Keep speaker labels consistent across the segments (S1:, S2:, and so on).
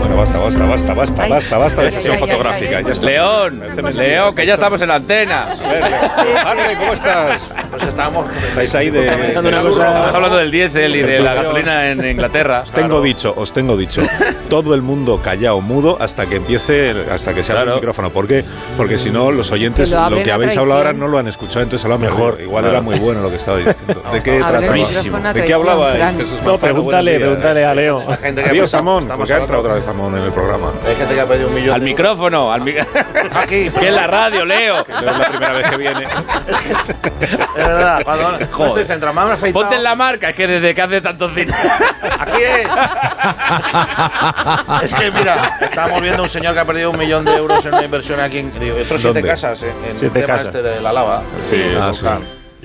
S1: Bueno, basta, basta, basta, basta,
S2: Ay.
S1: basta, basta de
S2: Ay,
S1: sesión
S2: ay, ay,
S1: fotográfica.
S2: ay, ay.
S1: Ya está.
S3: León,
S1: Mercedes,
S3: León, que ya
S1: esto-
S3: estamos en la antena.
S1: Marley, ¿cómo estás?
S4: Pues estábamos.
S1: Estáis ahí de...
S3: Estamos
S1: de-
S3: hablando del diésel y de la
S1: Jesús.
S3: gasolina en Inglaterra.
S1: Os tengo dicho, os tengo dicho, todo el mundo callado, mudo, hasta que empiece, el- hasta que se abra
S3: Claro.
S1: el micrófono. ¿Por qué? Porque si no, los oyentes,
S2: lo
S1: lo,
S2: abren
S1: que
S2: a
S1: habéis hablado ahora
S2: traición.
S1: no lo han escuchado, entonces a lo mejor.
S5: Mejor,
S1: Igual
S5: claro.
S1: era muy bueno lo que estabais diciendo. ¿De qué
S2: Abren el
S1: tratabais?
S2: micrófono a
S1: ¿De qué
S2: traición,
S1: hablabais,
S2: Fran.
S1: Jesús
S5: No,
S1: Gonzalo? Buenos
S5: pregúntale,
S1: días.
S5: pregúntale a Leo.
S4: La gente que ha
S1: Adiós,
S4: pedido-
S1: Amón,
S4: estamos
S1: porque ha entrado
S4: hablando-
S1: otra vez Amón en el programa.
S4: Hay gente que ha pedido un millón.
S3: Al
S4: de-
S3: micrófono, al mi-
S4: Aquí.
S3: que es la radio, Leo.
S1: No es la primera vez que viene.
S4: Es verdad, cuando no
S3: Joder.
S4: estoy centrado, me han afeitado.
S3: Ponte en la marca, es que desde que hace tantos días.
S4: Aquí es. Es que mira, estábamos viendo un señor que ha perdido un millón de euros en una inversión aquí en digo, otros siete
S1: ¿Dónde?
S4: casas eh, en el
S5: Siete
S4: tema
S5: casas.
S4: este de la lava.
S1: Sí, ah, sí.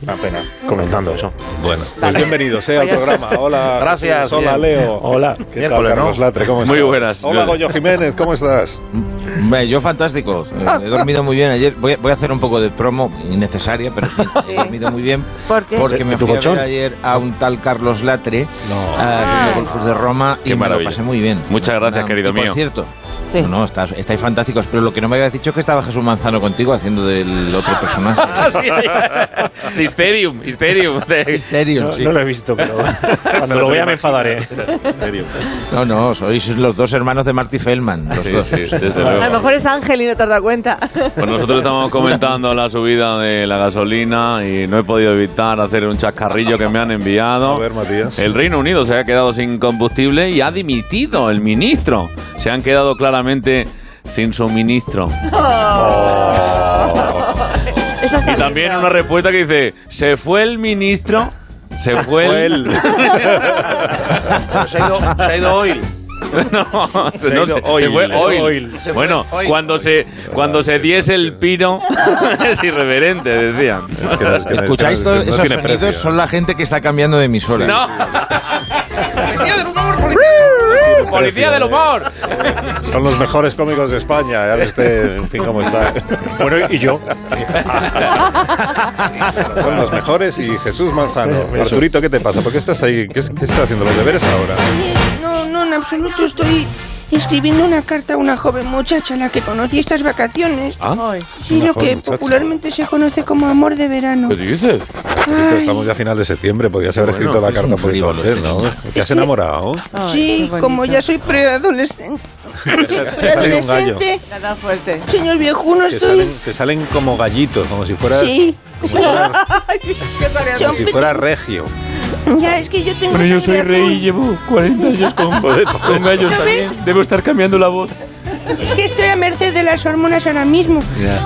S4: Una pena.
S5: Comentando eso.
S1: Bueno, pues bienvenidos eh, al
S2: Vaya.
S1: programa. Hola,
S4: Gracias,
S1: Jesús. Hola,
S4: bien.
S1: Leo.
S5: Hola.
S1: ¿Qué tal,
S4: Miércoles, ¿no?
S1: Carlos Latre? ¿Cómo
S3: Muy
S1: estás?
S3: buenas.
S1: Hola, Goyo Jiménez, ¿cómo estás?
S6: Hombre, Yo fantástico, Eh, he dormido muy bien ayer. Voy, voy a hacer un poco de promo innecesaria, pero sí, he dormido muy bien.
S2: ¿Por qué?
S6: Porque me
S5: ¿Tu
S6: fui a
S5: colchón?
S6: ver ayer a un tal Carlos Latre,
S2: Ah.
S6: a los Golfos de Roma,
S3: Qué
S6: y me lo
S3: maravilla.
S6: pasé muy bien. Ah,
S3: Muchas gracias, querido
S6: y por
S3: mío.
S6: cierto,
S2: Sí.
S6: no, no, estás- estáis fantásticos, pero lo que no me habías dicho es que estaba Jesús Manzano contigo haciendo del otro personaje.
S3: Ah, De Hysterium, Hysterium. De-
S6: Misterio,
S5: No,
S6: sí.
S5: no lo he visto, pero cuando lo vea me enfadaré.
S6: No, no, sois los dos hermanos de Marty Feldman. los
S3: Sí,
S6: dos.
S3: sí, desde
S2: A lo
S3: luego.
S2: mejor es Ángel y no te has dado cuenta.
S3: Pues nosotros estamos comentando la subida de la gasolina y no he podido evitar hacer un chascarrillo que me han enviado.
S1: A ver, Matías.
S3: El Reino Unido se ha quedado sin combustible y ha dimitido el ministro. Se han quedado claramente sin suministro.
S2: Esa Oh. está
S3: Y también
S2: bien.
S3: una respuesta que dice, ¿se fue el ministro? ¿Se fue el...?
S1: Joel.
S4: Pero se ha ido, se ha ido oil.
S3: No,
S1: Se
S3: se, no,
S1: ha ido
S3: se-
S1: oil.
S3: se fue oil.
S5: Oil.
S4: Se fue
S3: Bueno,
S4: oil.
S3: cuando, Se, cuando se diese el pino es irreverente, decían.
S1: Es que no- es que no-
S6: ¿Escucháis
S1: es que no-
S6: todos
S1: no
S6: esos
S1: tiene
S6: sonidos?
S1: precio.
S6: Son la gente que está cambiando de emisora.
S3: No, policía del humor.
S1: Son los mejores cómicos de España. Ya ve usted, en fin, cómo está.
S5: Bueno, y yo.
S1: Son los mejores y Jesús Manzano. Arturito, ¿qué te pasa? ¿Por qué estás ahí? ¿Qué, es- qué estás haciendo? ¿Los deberes ahora?
S7: Eh, No, no, en absoluto. Estoy escribiendo una carta a una joven muchacha a la que conocí estas vacaciones.
S2: Ay.
S7: Sí,
S1: una
S7: lo
S1: joven
S7: que
S1: muchacha. Pues,
S7: popularmente se conoce como amor de verano. Ah,
S3: dices?
S1: Arturito, estamos ya a final de septiembre. Podías haber
S6: Bueno,
S1: escrito la
S6: es
S1: carta
S6: un
S1: por
S6: frío
S1: entonces,
S6: los
S1: ¿no? ¿Te has
S7: que-
S1: enamorado?
S2: Ay,
S7: Sí,
S2: qué
S7: como
S2: bonito.
S7: ya soy preadolescente,
S1: Te sale un gallo.
S7: preadolescente,
S2: Nada fuerte.
S7: señor viejuno,
S1: Que salen,
S7: estoy.
S1: que salen como gallitos, como si fuera,
S7: Sí, sí,
S2: Ay, qué tarea.
S1: como
S7: son
S1: si
S7: pe-
S1: fuera regio.
S7: Ya, es que yo tengo.
S3: Pero yo soy
S7: sangre
S3: rey y
S7: azul.
S3: llevo 40 años con,
S1: Pues,
S3: con gallos
S7: ¿Lo ves?
S3: también. Debo estar cambiando la voz.
S7: Es que estoy a merced de las hormonas ahora mismo.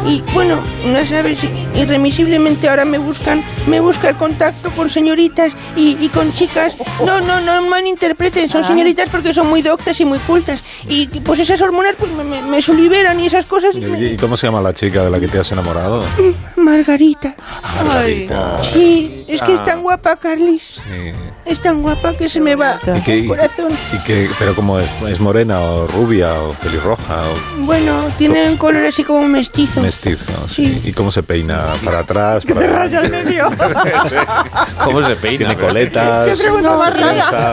S7: Y bueno, no sabes, irremisiblemente ahora me buscan, me busca el contacto con señoritas y, y con chicas. No, no, no malinterpreten, son
S2: Ah.
S7: señoritas porque son muy doctas y muy cultas. Y pues esas hormonas pues me, me, me soliberan y esas cosas. y
S1: ¿Y
S7: me-
S1: y cómo se llama la chica de la que te has enamorado?
S7: Margarita.
S2: Ay.
S7: Sí, es que es tan guapa, Carlis. Es tan guapa que se me va
S2: bonita.
S1: ¿Y qué-
S7: el corazón.
S1: y qué- pero como es, es morena o rubia o pelirroja o
S7: Bueno, tiene un color así como mestizo.
S1: mestizo, sí.
S7: Sí.
S1: ¿Y cómo se peina? ¿Para atrás?
S2: Me
S1: Para
S2: raya el medio.
S3: ¿Cómo se peina?
S1: Tiene coletas.
S2: Qué pregunta
S1: se
S2: más rara.
S1: trenza.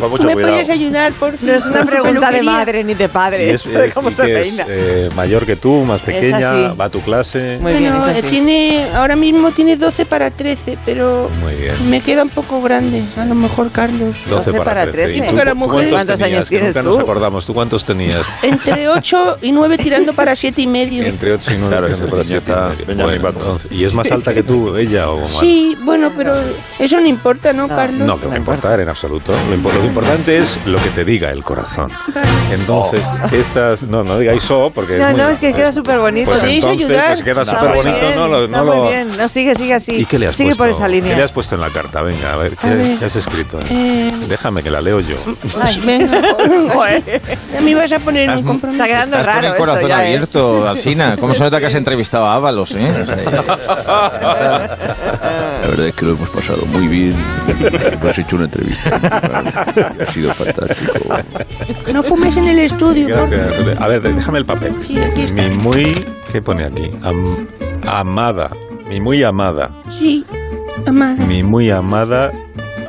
S4: Con mucho
S7: ¿Me
S4: cuidado.
S7: podías ayudar, por
S2: No es una pregunta de
S7: peluquería?
S2: madre ni de padre.
S1: Y es,
S2: eso de
S1: es-
S2: cómo
S1: y
S2: se
S1: que es,
S2: peina.
S1: eh, mayor que tú, más pequeña,
S2: así.
S1: va a tu clase.
S2: Muy bien,
S7: bueno,
S2: es
S7: eh,
S2: así.
S7: tiene, ahora mismo tiene 12 para 13, pero
S1: Muy bien.
S7: me queda un poco grande, a lo mejor Carlos.
S1: 12 para,
S2: para
S1: 13. ¿Y
S2: 13.
S1: tú
S7: Pero
S1: cu-
S7: mujer-
S2: ¿Cuántos
S1: tenías?
S2: años
S1: Que
S2: tienes
S1: nunca nos
S2: tú?
S1: acordamos. ¿Tú cuántos tenías?
S7: Entre 8 y 9 tirando para 7 y medio.
S1: Entre 8 y 9.
S3: Claro, ese niño está-
S4: Benjamin Button.
S1: ¿Y es más alta que tú, ella o más?
S7: Sí, bueno, pero eso no importa, ¿no,
S2: No.
S7: Carlos?
S1: No, que me importar en absoluto. Lo, impo- lo importante es lo que te diga el corazón.
S7: Vale.
S1: Entonces, estas... No, no digáis so, porque...
S2: No,
S1: muy
S2: Oh. no,
S1: mal.
S2: es que queda súper bonito.
S1: Pues
S7: ¿Podéis
S1: entonces,
S7: ayudar?
S1: pues queda
S2: Está
S1: súper
S2: muy
S1: bonito,
S2: bien,
S1: no lo-
S2: está
S1: no
S2: muy
S1: lo-
S2: bien. No, sigue, sigue así.
S1: ¿Y qué le has
S2: sigue
S1: puesto?
S2: por esa línea.
S1: ¿Qué le has puesto en la carta? Venga, a ver, ¿qué,
S7: A ver.
S1: qué has escrito?
S7: Eh,
S1: Déjame que la leo yo.
S7: Ay, venga.
S2: Joder,
S7: A mí vas a poner en un compromiso.
S2: está quedando
S6: Estás con
S2: raro
S6: el
S2: esto
S6: corazón
S2: ya, ¿eh?
S6: abierto, Alsina. ¿Cómo se nota que has entrevistado a Ábalos, eh? O sea,
S8: La verdad es que lo hemos pasado muy bien. Hemos hecho una entrevista. Ha sido fantástico.
S7: ¿eh? No fumes en el estudio, por favor.
S1: Gracias. A ver, déjame el papel.
S7: Sí, aquí está.
S1: Mi muy... ¿Qué pone aquí? Am- amada. Mi muy amada.
S7: Sí, amada.
S1: Mi muy amada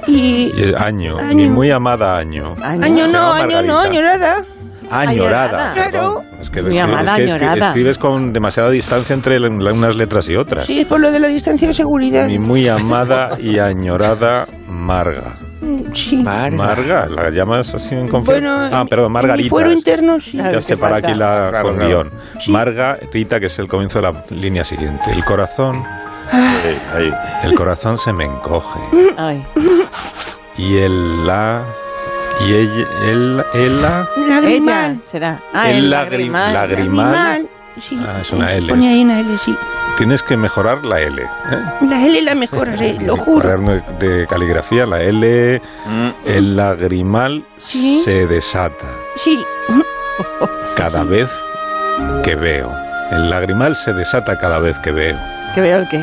S7: Y...
S1: eh, año.
S7: Año.
S1: Mi muy amada año.
S2: Ay, no.
S7: Año no,
S1: No,
S7: año no,
S1: Margarita.
S7: añorada.
S1: Añorada.
S2: Añorada.
S1: perdón. Es que,
S2: Mi
S1: escri-
S2: amada
S1: es que escri-
S2: añorada.
S1: escribes con demasiada distancia entre la- la- unas letras y otras.
S7: Sí, es por lo de la distancia de seguridad.
S1: Mi muy amada y añorada Marga.
S7: Mm, Sí.
S1: Marga, la llamas así en
S7: Bueno,
S1: confianza. ah, perdón, Margarita.
S7: Fuero interno, sí.
S2: Claro.
S1: Ya se para aquí la
S4: Claro,
S1: con
S4: claro.
S1: guión.
S7: Sí.
S1: Margarita, que es el comienzo de la línea siguiente. El corazón,
S4: Ahí, ahí.
S1: el corazón se me encoge.
S2: Ay.
S1: Y el la y ella, el, el la,
S7: Lagrimal.
S2: Ella será. Ah,
S1: El
S2: el
S1: lagrim-
S2: lagrimal.
S1: lagrimal.
S7: Lagrimal. Sí.
S1: Ah, es una L.
S7: Pone ahí una L, sí.
S1: tienes que mejorar la L. ¿eh?
S7: La L la mejoraré, lo
S1: El
S7: juro.
S1: cuaderno de, de caligrafía, la L,
S3: Mm.
S1: el lagrimal
S7: Sí.
S1: se desata
S7: Sí.
S1: cada vez que veo. El lagrimal se desata cada vez que veo.
S2: Que veo el qué.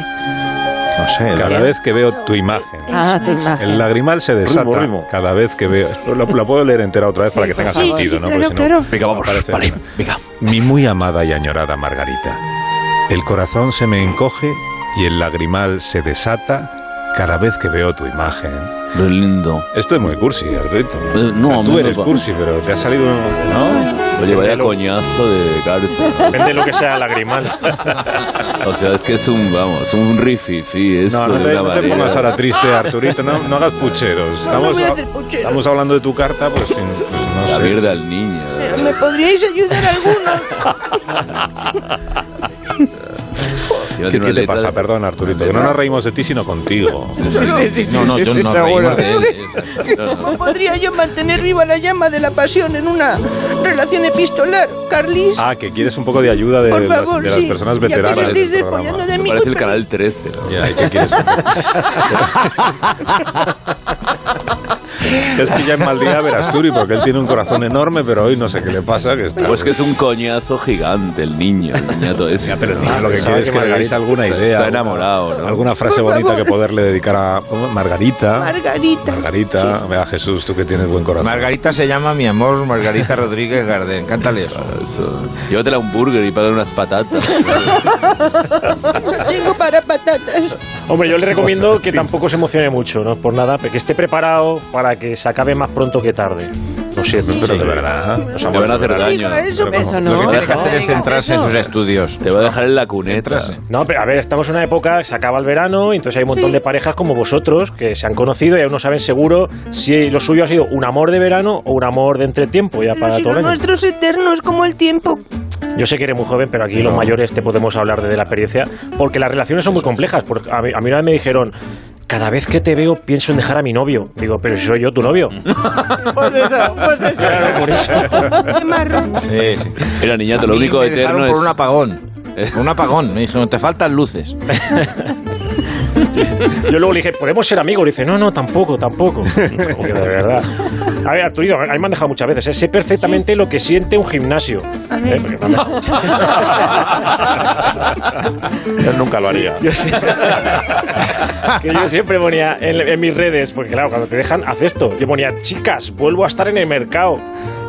S6: no sé.
S1: Cada vez que veo tu imagen.
S2: Ah, tu imagen.
S1: El lagrimal se desata
S4: Ritmo, ritmo.
S1: cada vez que veo. Esto Lo, lo puedo leer entera otra vez
S2: Sí,
S1: para que
S2: por
S1: tenga
S2: favor.
S1: sentido,
S7: Sí,
S1: ¿no?
S7: claro,
S1: Porque si no,
S7: claro.
S1: Venga, vamos, vale, venga. Mi muy amada y añorada Margarita, el corazón se me encoge y el lagrimal se desata cada vez que veo tu imagen.
S8: Lo lindo.
S1: Esto es muy cursi, Arturito.
S8: Eh, no,
S1: O
S8: a
S1: sea,
S8: mí
S1: tú
S8: no
S1: eres
S8: va.
S1: cursi, pero te ha salido. ¿No?
S8: Oye, vaya coñazo de carta.
S5: Depende de lo que sea lagrimal.
S8: O sea, es que es un, vamos, un rififi. Esto
S1: No, no
S8: de
S1: te,
S8: una
S1: no te
S8: manera.
S1: pongas ahora triste, Arturito. No, no hagas pucheros.
S7: No, no
S1: Estamos,
S7: voy a hacer pucheros.
S1: estamos hablando de tu carta, pues, sin- pues,
S8: La
S1: no sé.
S8: mierda al niño.
S7: Pero ¿Me podríais ayudar algunos?
S8: Lleva
S1: ¿Qué,
S8: una
S1: qué te
S8: letra
S1: pasa?
S8: de-
S1: Perdón, Arturito, que no nos reímos de ti, sino contigo.
S6: No, no, yo no reímos de él.
S7: ¿Cómo podría yo mantener viva la llama de la pasión en una relación epistolar, Carlis?
S1: Ah, que quieres un poco de ayuda de,
S7: Por
S1: las-
S7: favor,
S1: de las,
S7: sí.
S1: personas
S7: Ya que os
S1: veteranas.
S7: estáis
S1: del
S7: despollando
S1: programa.
S7: de mí,
S8: Parece el
S7: pues,
S8: canal 13.
S1: Ya, ¿y qué quieres? Te has pillado en mal día Verasturi, porque él tiene un corazón enorme, pero hoy no sé qué le pasa. Que está,
S8: Pues que es un coñazo gigante el niño. El niño es.
S1: Ya, pero tío, lo que
S5: Sabe
S1: quiere es
S5: que
S1: que le deis
S5: Margarita
S1: alguna
S8: está-
S1: idea.
S8: está
S1: alguna-
S8: enamorado, ¿no?
S1: Alguna frase
S7: Por
S1: bonita
S7: favor.
S1: que poderle dedicar a ¿cómo? Margarita.
S7: Margarita.
S1: Margarita, vea Jesús, tú que tienes buen corazón.
S6: Margarita se llama mi amor, Margarita Rodríguez Garden. Cántale eso.
S8: Eso. Llévatela un burger y pagar unas patatas.
S7: No tengo para patatas.
S5: Hombre, yo le recomiendo que tampoco se emocione mucho, no es por nada, pero que esté preparado para que se acabe más pronto que tarde. Lo siento,
S1: Pero de verdad.
S8: Te van a hacer
S7: No
S8: daño.
S7: diga eso,
S2: Pero eso
S6: Lo
S2: no.
S6: que tiene que hacer es
S2: diga
S6: centrarse en
S2: eso.
S6: sus estudios.
S8: Te va a dejar en la cuneta.
S6: Centrarse.
S5: No, pero a ver, estamos en una época, se acaba el verano, y entonces hay un montón de parejas como vosotros que se han conocido y aún no saben seguro si lo suyo ha sido un amor de verano o un amor de entretiempo, ya
S7: Pero
S5: para
S7: si
S5: todo
S7: los
S5: el año.
S7: nuestros eternos como el tiempo.
S5: Yo sé que eres muy joven, pero aquí los mayores te podemos hablar desde la experiencia, porque las relaciones son muy complejas. Porque a, mí, a mí una vez me dijeron, cada vez que te veo pienso en dejar a mi novio. Digo, pero si soy yo tu novio.
S2: Pues eso, pues eso.
S5: Claro, por eso.
S7: Qué marrón.
S6: Sí, sí.
S8: Mira, niñato,
S6: A
S8: lo
S6: mí
S8: único
S6: me dejaron
S8: eterno
S6: por
S8: es.
S6: un apagón. Por un apagón. Me dijeron, te faltan luces.
S5: Yo luego le dije, ¿podemos ser amigos? Le dice, no, no, tampoco, tampoco. Porque de verdad. A ver, Arturito, a mí me han dejado muchas veces. ¿eh? Sé perfectamente lo que siente un gimnasio.
S7: A ver.
S5: ¿Eh? Porque me han dejado.
S4: Él nunca lo haría.
S5: que yo siempre ponía en, en mis redes, porque claro, cuando te dejan, haz esto. Yo ponía, chicas, vuelvo a estar en el mercado.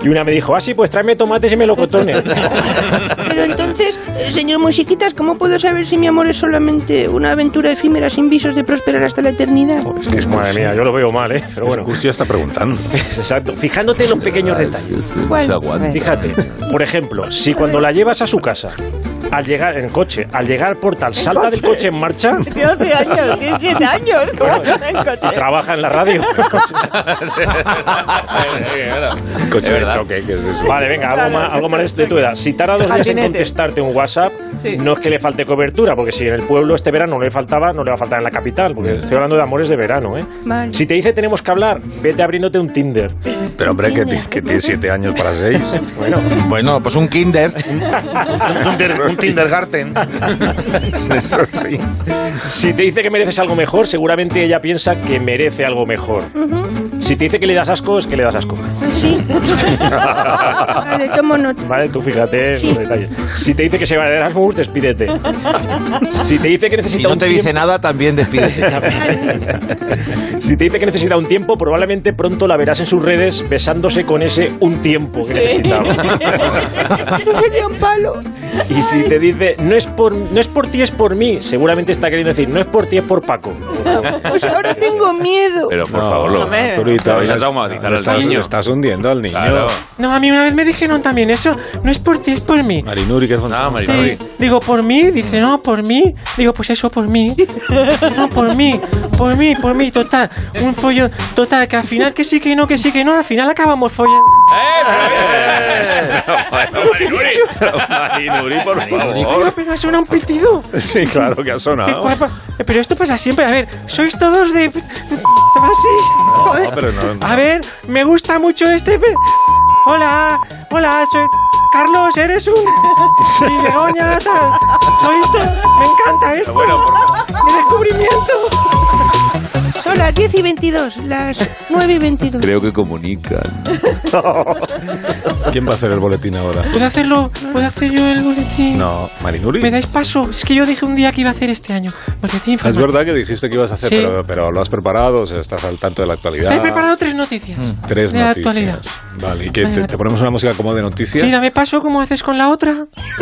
S5: Y una me dijo, ah, sí, pues tráeme tomates y melocotones.
S7: Pero entonces, eh, señor Musiquitas, ¿cómo puedo saber si mi amor es solamente una aventura efímera sin visos de prosperar hasta la eternidad?
S5: Es que es- madre mía, yo lo veo mal, ¿eh? Pero bueno,
S1: Cursi ya está preguntando.
S5: exacto. Fijándote en los pequeños detalles.
S8: Sí, sí,
S7: ¿Cuál?
S8: se aguanta.
S5: Fíjate, por ejemplo, si cuando la llevas a su casa, al llegar en coche, al llegar al portal, salta del coche en marcha,
S2: Tiene 11 años, 17 años. ¿Cómo
S5: Bueno,
S2: vas en coche?
S5: trabaja en la radio.
S1: Coche de
S8: verdad.
S1: choque, que es eso.
S5: Vale, venga, algo
S2: Claro,
S5: más, algo más de tu edad. Si tarda dos días en
S2: Patinete.
S5: contestarte un WhatsApp,
S2: Sí.
S5: no es que le falte cobertura, porque si en el pueblo este verano no le faltaba, no le va a faltar en la capital, porque estoy hablando de amores de verano, ¿eh?
S7: Vale.
S5: Si te dice tenemos que hablar, vete abriéndote un Tinder.
S1: Pero hombre, que, ti- que tiene siete años para seis.
S5: Bueno,
S6: Bueno, pues un kinder.
S4: Un, ter- un un Tindergarten.
S5: Si te dice que mereces algo mejor, seguramente ella piensa que merece algo mejor. Si te dice que le das asco, es que le das asco.
S7: Así. Vale, tomo nota.
S5: Vale, tú fíjate en los detalles. Si te dice que se va de Erasmus, despídete. Si te dice que necesita
S6: Si no
S5: un
S6: te
S5: tiempo,
S6: dice nada, también despídete.
S5: si te dice que necesita un tiempo, probablemente pronto la verás en sus redes besándose con ese un tiempo que necesitaba.
S7: Eso sería un palo.
S5: Y si te dice no es por no es por ti, es por mí, seguramente está queriendo decir no es por ti, es por Paco.
S7: Pues ahora tengo miedo.
S3: Pero por
S1: No,
S3: favor, lo,
S2: hombre.
S1: Arturito,
S3: Lo vais a
S1: no-
S3: traumatizar
S1: no
S3: al
S1: estás,
S3: niño.
S1: lo estás hundiendo al niño.
S3: Claro.
S9: No, a mí una vez me dijeron también eso. No es por ti, es por mí.
S1: Marinuri, que es
S3: No,
S1: un-
S3: Marinuri.
S9: Sí, digo, por mí, dice, no, por mí. Digo, pues eso, por mí. No, por mí, por mí, por mí, total. Un follón, total, que al final que sí, que no, que sí, que no, al final acabamos follando.
S3: ¡Eh! Pero, Marinuri, pero, Marinuri, por favor.
S9: Pero, pero suena un pitido.
S1: Sí, claro que ha
S9: Qué
S1: sonado.
S9: guapa. Pero esto pasa siempre, a ver, sois todos de... p- así.
S1: No, pero no- no.
S9: A ver, me gusta mucho este... pe- Hola, hola, soy... Carlos, eres un... Y Begoña, tal. Soy esto... Me encanta esto.
S3: Bueno, por favor.
S9: ¡Mi descubrimiento!
S7: Son las 10 y 22, las 9 y 22.
S8: Creo que comunican.
S1: ¿Quién va a hacer el boletín ahora?
S9: ¿Puedo hacerlo? ¿Puedo hacer yo el boletín?
S1: No, Marinuri.
S9: ¿Me dais paso? Es que yo dije un día que iba a hacer este año. Boletín
S1: Es
S9: informático.
S1: verdad que dijiste que ibas a hacer,
S9: Sí.
S1: pero, pero lo has preparado, o sea, estás al tanto de la actualidad.
S9: He preparado tres noticias.
S1: Tres
S9: de la actualidad.
S1: noticias. Vale, ¿y qué? Te, te ponemos una música como de noticias?
S9: Sí, dame paso como haces con la otra.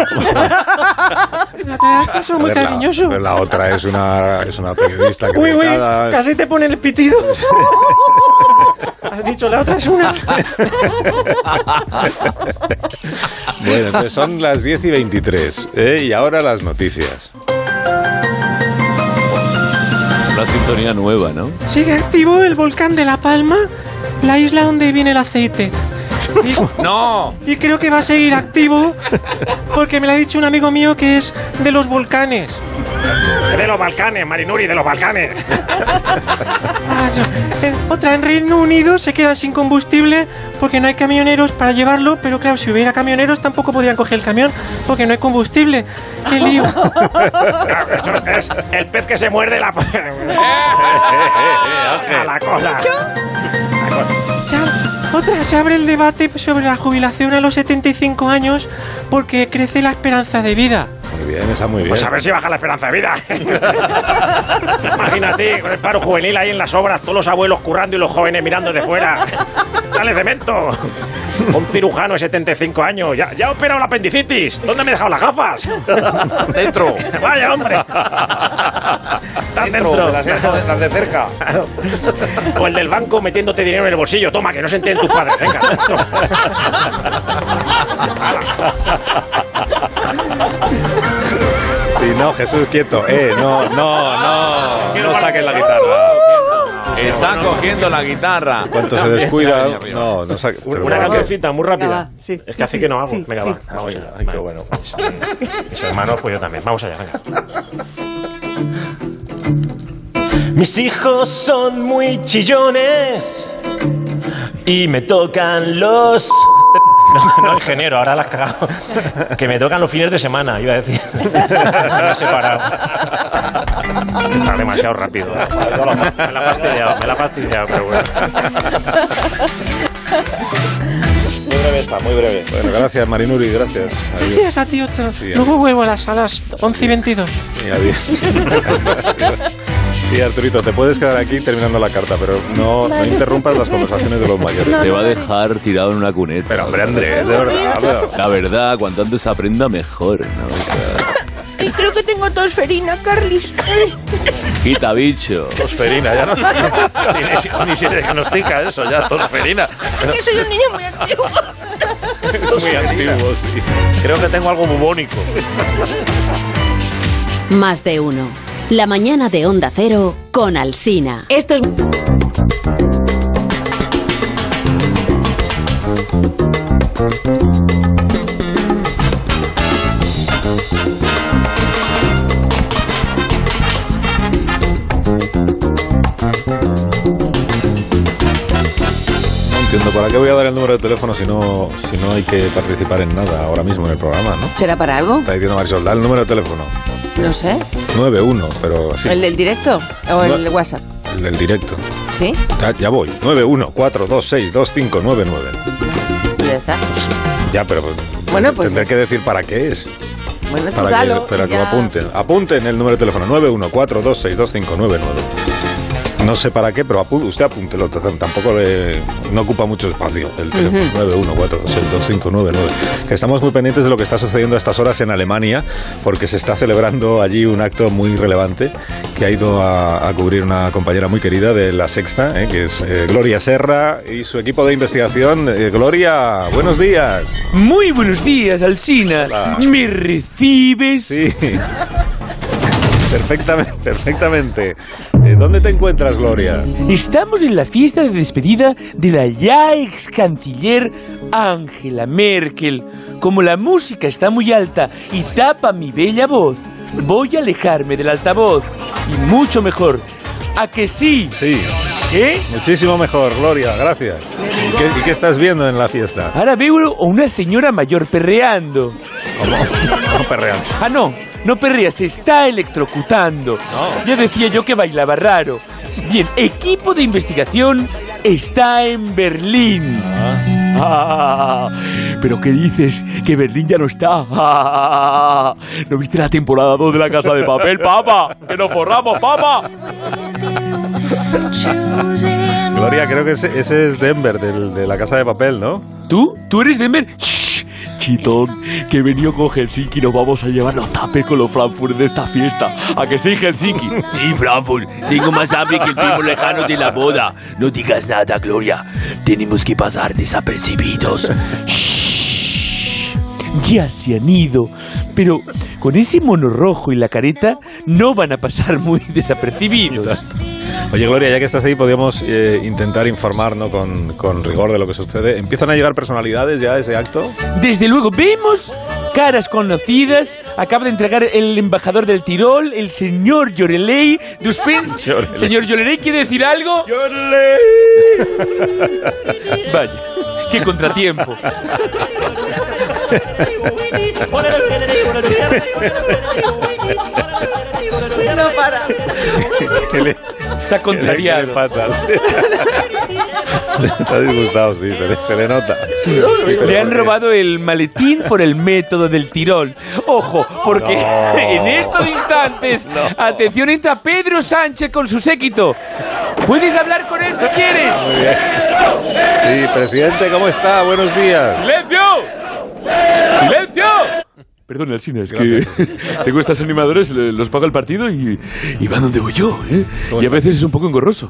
S9: No te das paso
S1: A
S9: muy
S1: ver, la-
S9: cariñoso.
S1: pero La, otra es una, es una periodista que
S9: Uy, uy,
S1: dedicada-
S9: casi te pone el pitido. Has dicho la otra es una.
S1: Bueno, entonces son las 10 y 23. ¿eh? Y ahora las noticias.
S8: Una sintonía nueva, ¿no?
S9: Sigue activo el volcán de La Palma, la isla donde viene el aceite. Y-
S3: ¡No!
S9: Y creo que va a seguir activo porque me lo ha dicho un amigo mío que es de los volcanes.
S5: De los Balcanes, Marinuri, de los Balcanes.
S9: Ah, no. Eh, Otra, en Reino Unido se queda sin combustible porque no hay camioneros para llevarlo, pero claro, si hubiera camioneros tampoco podrían coger el camión porque no hay combustible. ¡Qué lío!
S5: Eso es el pez que se muerde la a la cola.
S9: Se ab- Otra, se abre el debate sobre la jubilación a los 75 años porque crece la esperanza de vida.
S1: Muy bien, esa muy bien.
S5: Pues a ver si baja la esperanza de vida. Imagínate, con el paro juvenil ahí en las obras, todos los abuelos currando y los jóvenes mirando de fuera. ¡Sale cemento! Un cirujano de 75 años. Ya, ya he operado la apendicitis. ¿Dónde me he dejado las gafas?
S4: Dentro.
S5: ¡Vaya, hombre! Estás
S4: Dentro.
S5: dentro.
S4: Las de, las de cerca.
S5: Claro. O el del banco metiéndote dinero en el bolsillo. Toma, que no se enteren tus padres. Venga.
S1: Sí, no, Jesús, quieto. Eh, no, no, no.
S5: Quiero
S1: No
S5: parar.
S1: saques la guitarra.
S3: Está cogiendo la guitarra.
S1: Cuanto se
S3: También.
S1: descuida.
S3: Ya, ya, ya.
S1: No, no saques.
S5: Una
S1: pero bueno, que-
S5: cancioncita muy rápida.
S2: Venga, Ah, va, sí.
S5: Es que así que no hago.
S2: Sí,
S5: venga,
S2: sí.
S5: va. Vamos allá. Ay, qué bueno. pues, Mis hermanos, pues yo también. Vamos allá, venga.
S9: Mis hijos son muy chillones y me tocan los.
S5: No, no, ingeniero, ahora las cagado. Que me tocan los fines de semana, iba a decir. Me he separado. Está demasiado rápido. eh. Me la ha fastidiado, me la ha fastidiado, pero bueno.
S4: Muy breve está, muy breve.
S1: Bueno, gracias, Marinuri, gracias. Adiós.
S9: Gracias a ti, otro.
S1: Sí, eh.
S9: Luego vuelvo a las, a las 11 y 22.
S1: Sí, adiós. Sí, Arturito, te puedes quedar aquí terminando la carta, pero no, no interrumpas las conversaciones de los mayores.
S8: Te va a dejar tirado en una cuneta.
S1: Pero, hombre, Andrés, de verdad. pero-
S8: La verdad, cuanto antes aprenda, mejor, ¿no? O sea,
S7: Y creo que tengo tosferina, Carlis.
S8: quita bicho.
S4: Tosferina, ya no. Ni, ni- ni se diagnostica eso, ya, tosferina.
S7: Es que soy un niño muy antiguo.
S1: muy antiguos. Pues sí.
S4: Creo que tengo algo bubónico.
S10: Más de uno. La mañana de Onda Cero con Alsina. Esto es
S8: Aunque
S1: diciendo, ¿para qué voy a dar el número de teléfono si no, si no hay que participar en nada ahora mismo en el programa, no?
S11: ¿Será para algo?
S1: Está diciendo Marisol, da el número de teléfono.
S11: No sé.
S1: 91, pero así,
S11: ¿El del directo o el
S1: No.
S11: WhatsApp?
S1: el del directo.
S11: ¿Sí?
S1: Ya, ya voy. 914262599.
S11: Ya está.
S1: Ya, pero
S11: Bueno, pues-
S1: tendré que decir para qué es.
S11: Bueno, tú
S1: Para que,
S11: dalo.
S1: para
S11: y
S1: que lo
S11: ya.
S1: apunten. Apunten el número de teléfono 914262599. No sé para qué, pero apu- usted apúntelo. t- Tampoco le, no ocupa mucho espacio el teléfono. 914262599. Que estamos muy pendientes de lo que está sucediendo a estas horas en Alemania, porque se está celebrando allí un acto muy relevante que ha ido a, a cubrir una compañera muy querida de La Sexta, ¿eh? que es eh, Gloria Serra y su equipo de investigación. Eh, Gloria, buenos días.
S12: Muy buenos días, Alcina.
S1: Hola.
S12: ¿Me recibes?
S1: Sí. Perfectamente, perfectamente. Eh, ¿Dónde te encuentras, Gloria?
S12: Estamos en la fiesta de despedida de la ya ex canciller Angela Merkel. Como la música está muy alta y tapa mi bella voz, voy a alejarme del altavoz. Y mucho mejor. ¿A que sí?
S1: Sí.
S12: ¿Qué?
S1: Muchísimo mejor, Gloria, gracias. ¿Y qué, y qué estás viendo en la fiesta?
S12: Ahora veo a una señora mayor perreando.
S1: No perrean.
S12: Ah, no, no perrea, se está electrocutando. Ya decía yo que bailaba raro. Bien, equipo de investigación está en Berlín. Ah, pero ¿qué dices? Que Berlín ya no está. Ah, ¿No viste la temporada 2 de la Casa de Papel, papa? Que nos forramos, papa.
S1: Gloria, creo que ese, ese es Denver, del- de la casa de papel, ¿no?
S12: ¿Tú? ¿Tú eres Denver? ¡Shh! Chitón, que he venido con Helsinki nos vamos a llevar los tapes con los Frankfurt de esta fiesta. ¿A que sí, Helsinki? Sí, Frankfurt. Tengo más hambre que el primo lejano de la boda. No digas nada, Gloria. Tenemos que pasar desapercibidos. Ya se han ido. Pero con ese mono rojo y la careta no van a pasar muy desapercibidos.
S1: Oye, Gloria, ya que estás ahí, podríamos eh, intentar informarnos con, con rigor de lo que sucede. ¿Empiezan a llegar personalidades ya a ese acto?
S12: Desde luego, vemos caras conocidas. Acaba de entregar el embajador del Tirol, el señor Lloreley. de Uspens.
S1: Lloreley.
S12: Señor Lloreley, ¿quiere decir algo? Vaya, qué contratiempo.
S2: No para.
S1: ¿Qué le-
S12: Está
S1: contrariado. ¿Qué le pasa? Está disgustado, sí, se le, se le nota.
S12: Le han robado el maletín por el método del tirón. Ojo, porque
S1: No.
S12: en estos instantes, atención, entra Pedro Sánchez con su séquito. Puedes hablar con él si quieres.
S1: Muy bien. Sí, presidente, ¿cómo está? Buenos días.
S12: ¡Silencio! ¡Silencio! Perdón, Alcina, es que tengo estas animadores, le- los paga el partido y, y van donde voy yo, ¿eh? Y a veces es un poco engorroso.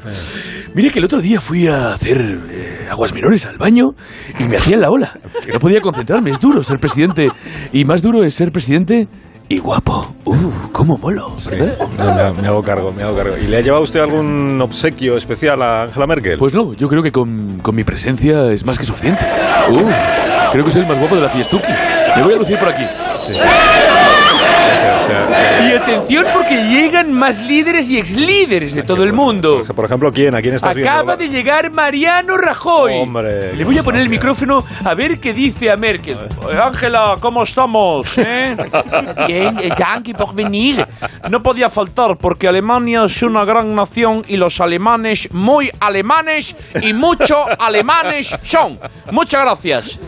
S12: Mire que el otro día fui a hacer eh, aguas menores al baño y me hacían la ola. No podía concentrarme, es duro ser presidente. Y más duro es ser presidente y guapo. ¡Uh, cómo molo! ¿verdad?
S1: No, me, ha- me hago cargo, me hago cargo. ¿Y le ha llevado usted algún obsequio especial a Angela Merkel?
S12: Pues no, yo creo que con, con mi presencia es más que suficiente. Uh, creo que soy el más guapo de la fiestuki. Me voy a lucir por aquí. Y atención porque llegan más líderes y exlíderes de todo el mundo.
S1: Por ejemplo, ¿quién? ¿A quién estás
S12: Acaba
S1: viendo?
S12: de llegar Mariano Rajoy.
S1: Hombre,
S12: Le voy a poner el micrófono a ver qué dice a Merkel. Eh, Ángela, ¿cómo estamos? eh? Bien, eh, danke por venir. No podía faltar porque Alemania es una gran nación y los alemanes muy alemanes y mucho alemanes son. Muchas gracias.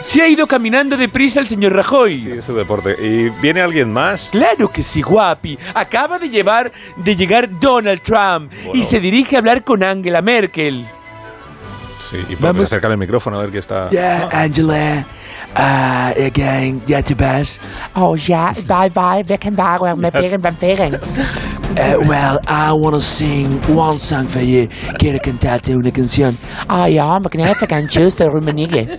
S12: Se ha ido caminando deprisa el señor Rajoy.
S1: Sí, es su deporte. ¿Y viene alguien más?
S12: Claro que sí, guapi. Acaba de llevar de llegar Donald Trump y se dirige a hablar con Angela Merkel.
S1: Sí, y podemos acercar el micrófono a ver qué está.
S13: Yeah, Angela. Uh, again, yeah, the best.
S14: Oh ja, bye bye, weg en daar, waar mijn peren van peren.
S13: Uh, well, I want to sing one song for you. Quiero cantarte una canción.
S14: Ah ja, maar knijf ik aan tjus de Roemenië.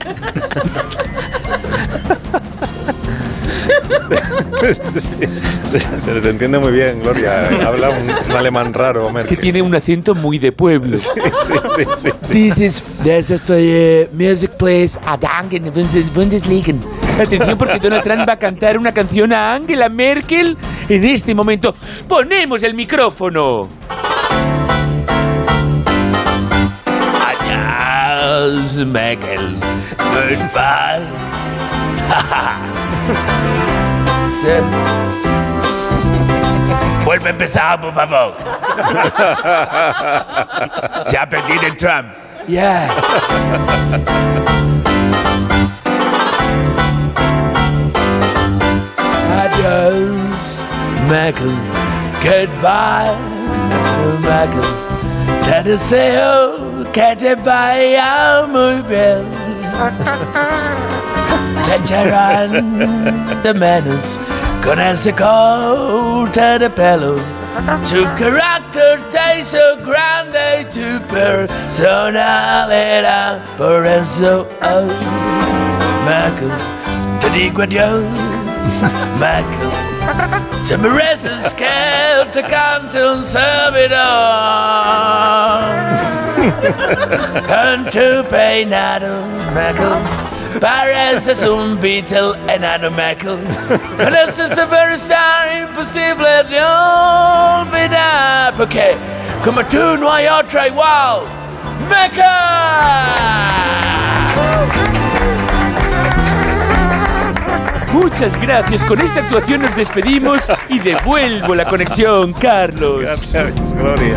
S1: Se les entiende muy bien, Gloria. Habla un, un alemán raro, Merkel.
S12: Tiene un acento muy de pueblo.
S13: This is, this is for you. Music, please.
S14: Ah, danke, in de Bundes- Bundesliga.
S12: Atención porque Donald Trump va a cantar una canción a Angela Merkel en este momento. Ponemos el micrófono.
S13: Adiós, Schmecken. Goodbye. Vuelve a empezar, por favor. Se ha perdido el Trump. Yeah. Adios, Michael. Goodbye, Michael. Te deseo que te vaya muy bien. Te echarán de menos con ese corte de pelo. Tu carácter te hizo grande y tu personalidad. Por eso, oh, Michael, te digo adiós, Michael. Te mereces que te cante un servidor Con tu peinado, Michael Pareces un Beatle enano, Michael Pareces a versar imposible de olvidar Porque como tú no hay otra igual Michael
S12: Muchas gracias. Con esta actuación nos despedimos y devuelvo la conexión, Carlos.
S4: Gracias, Gloria.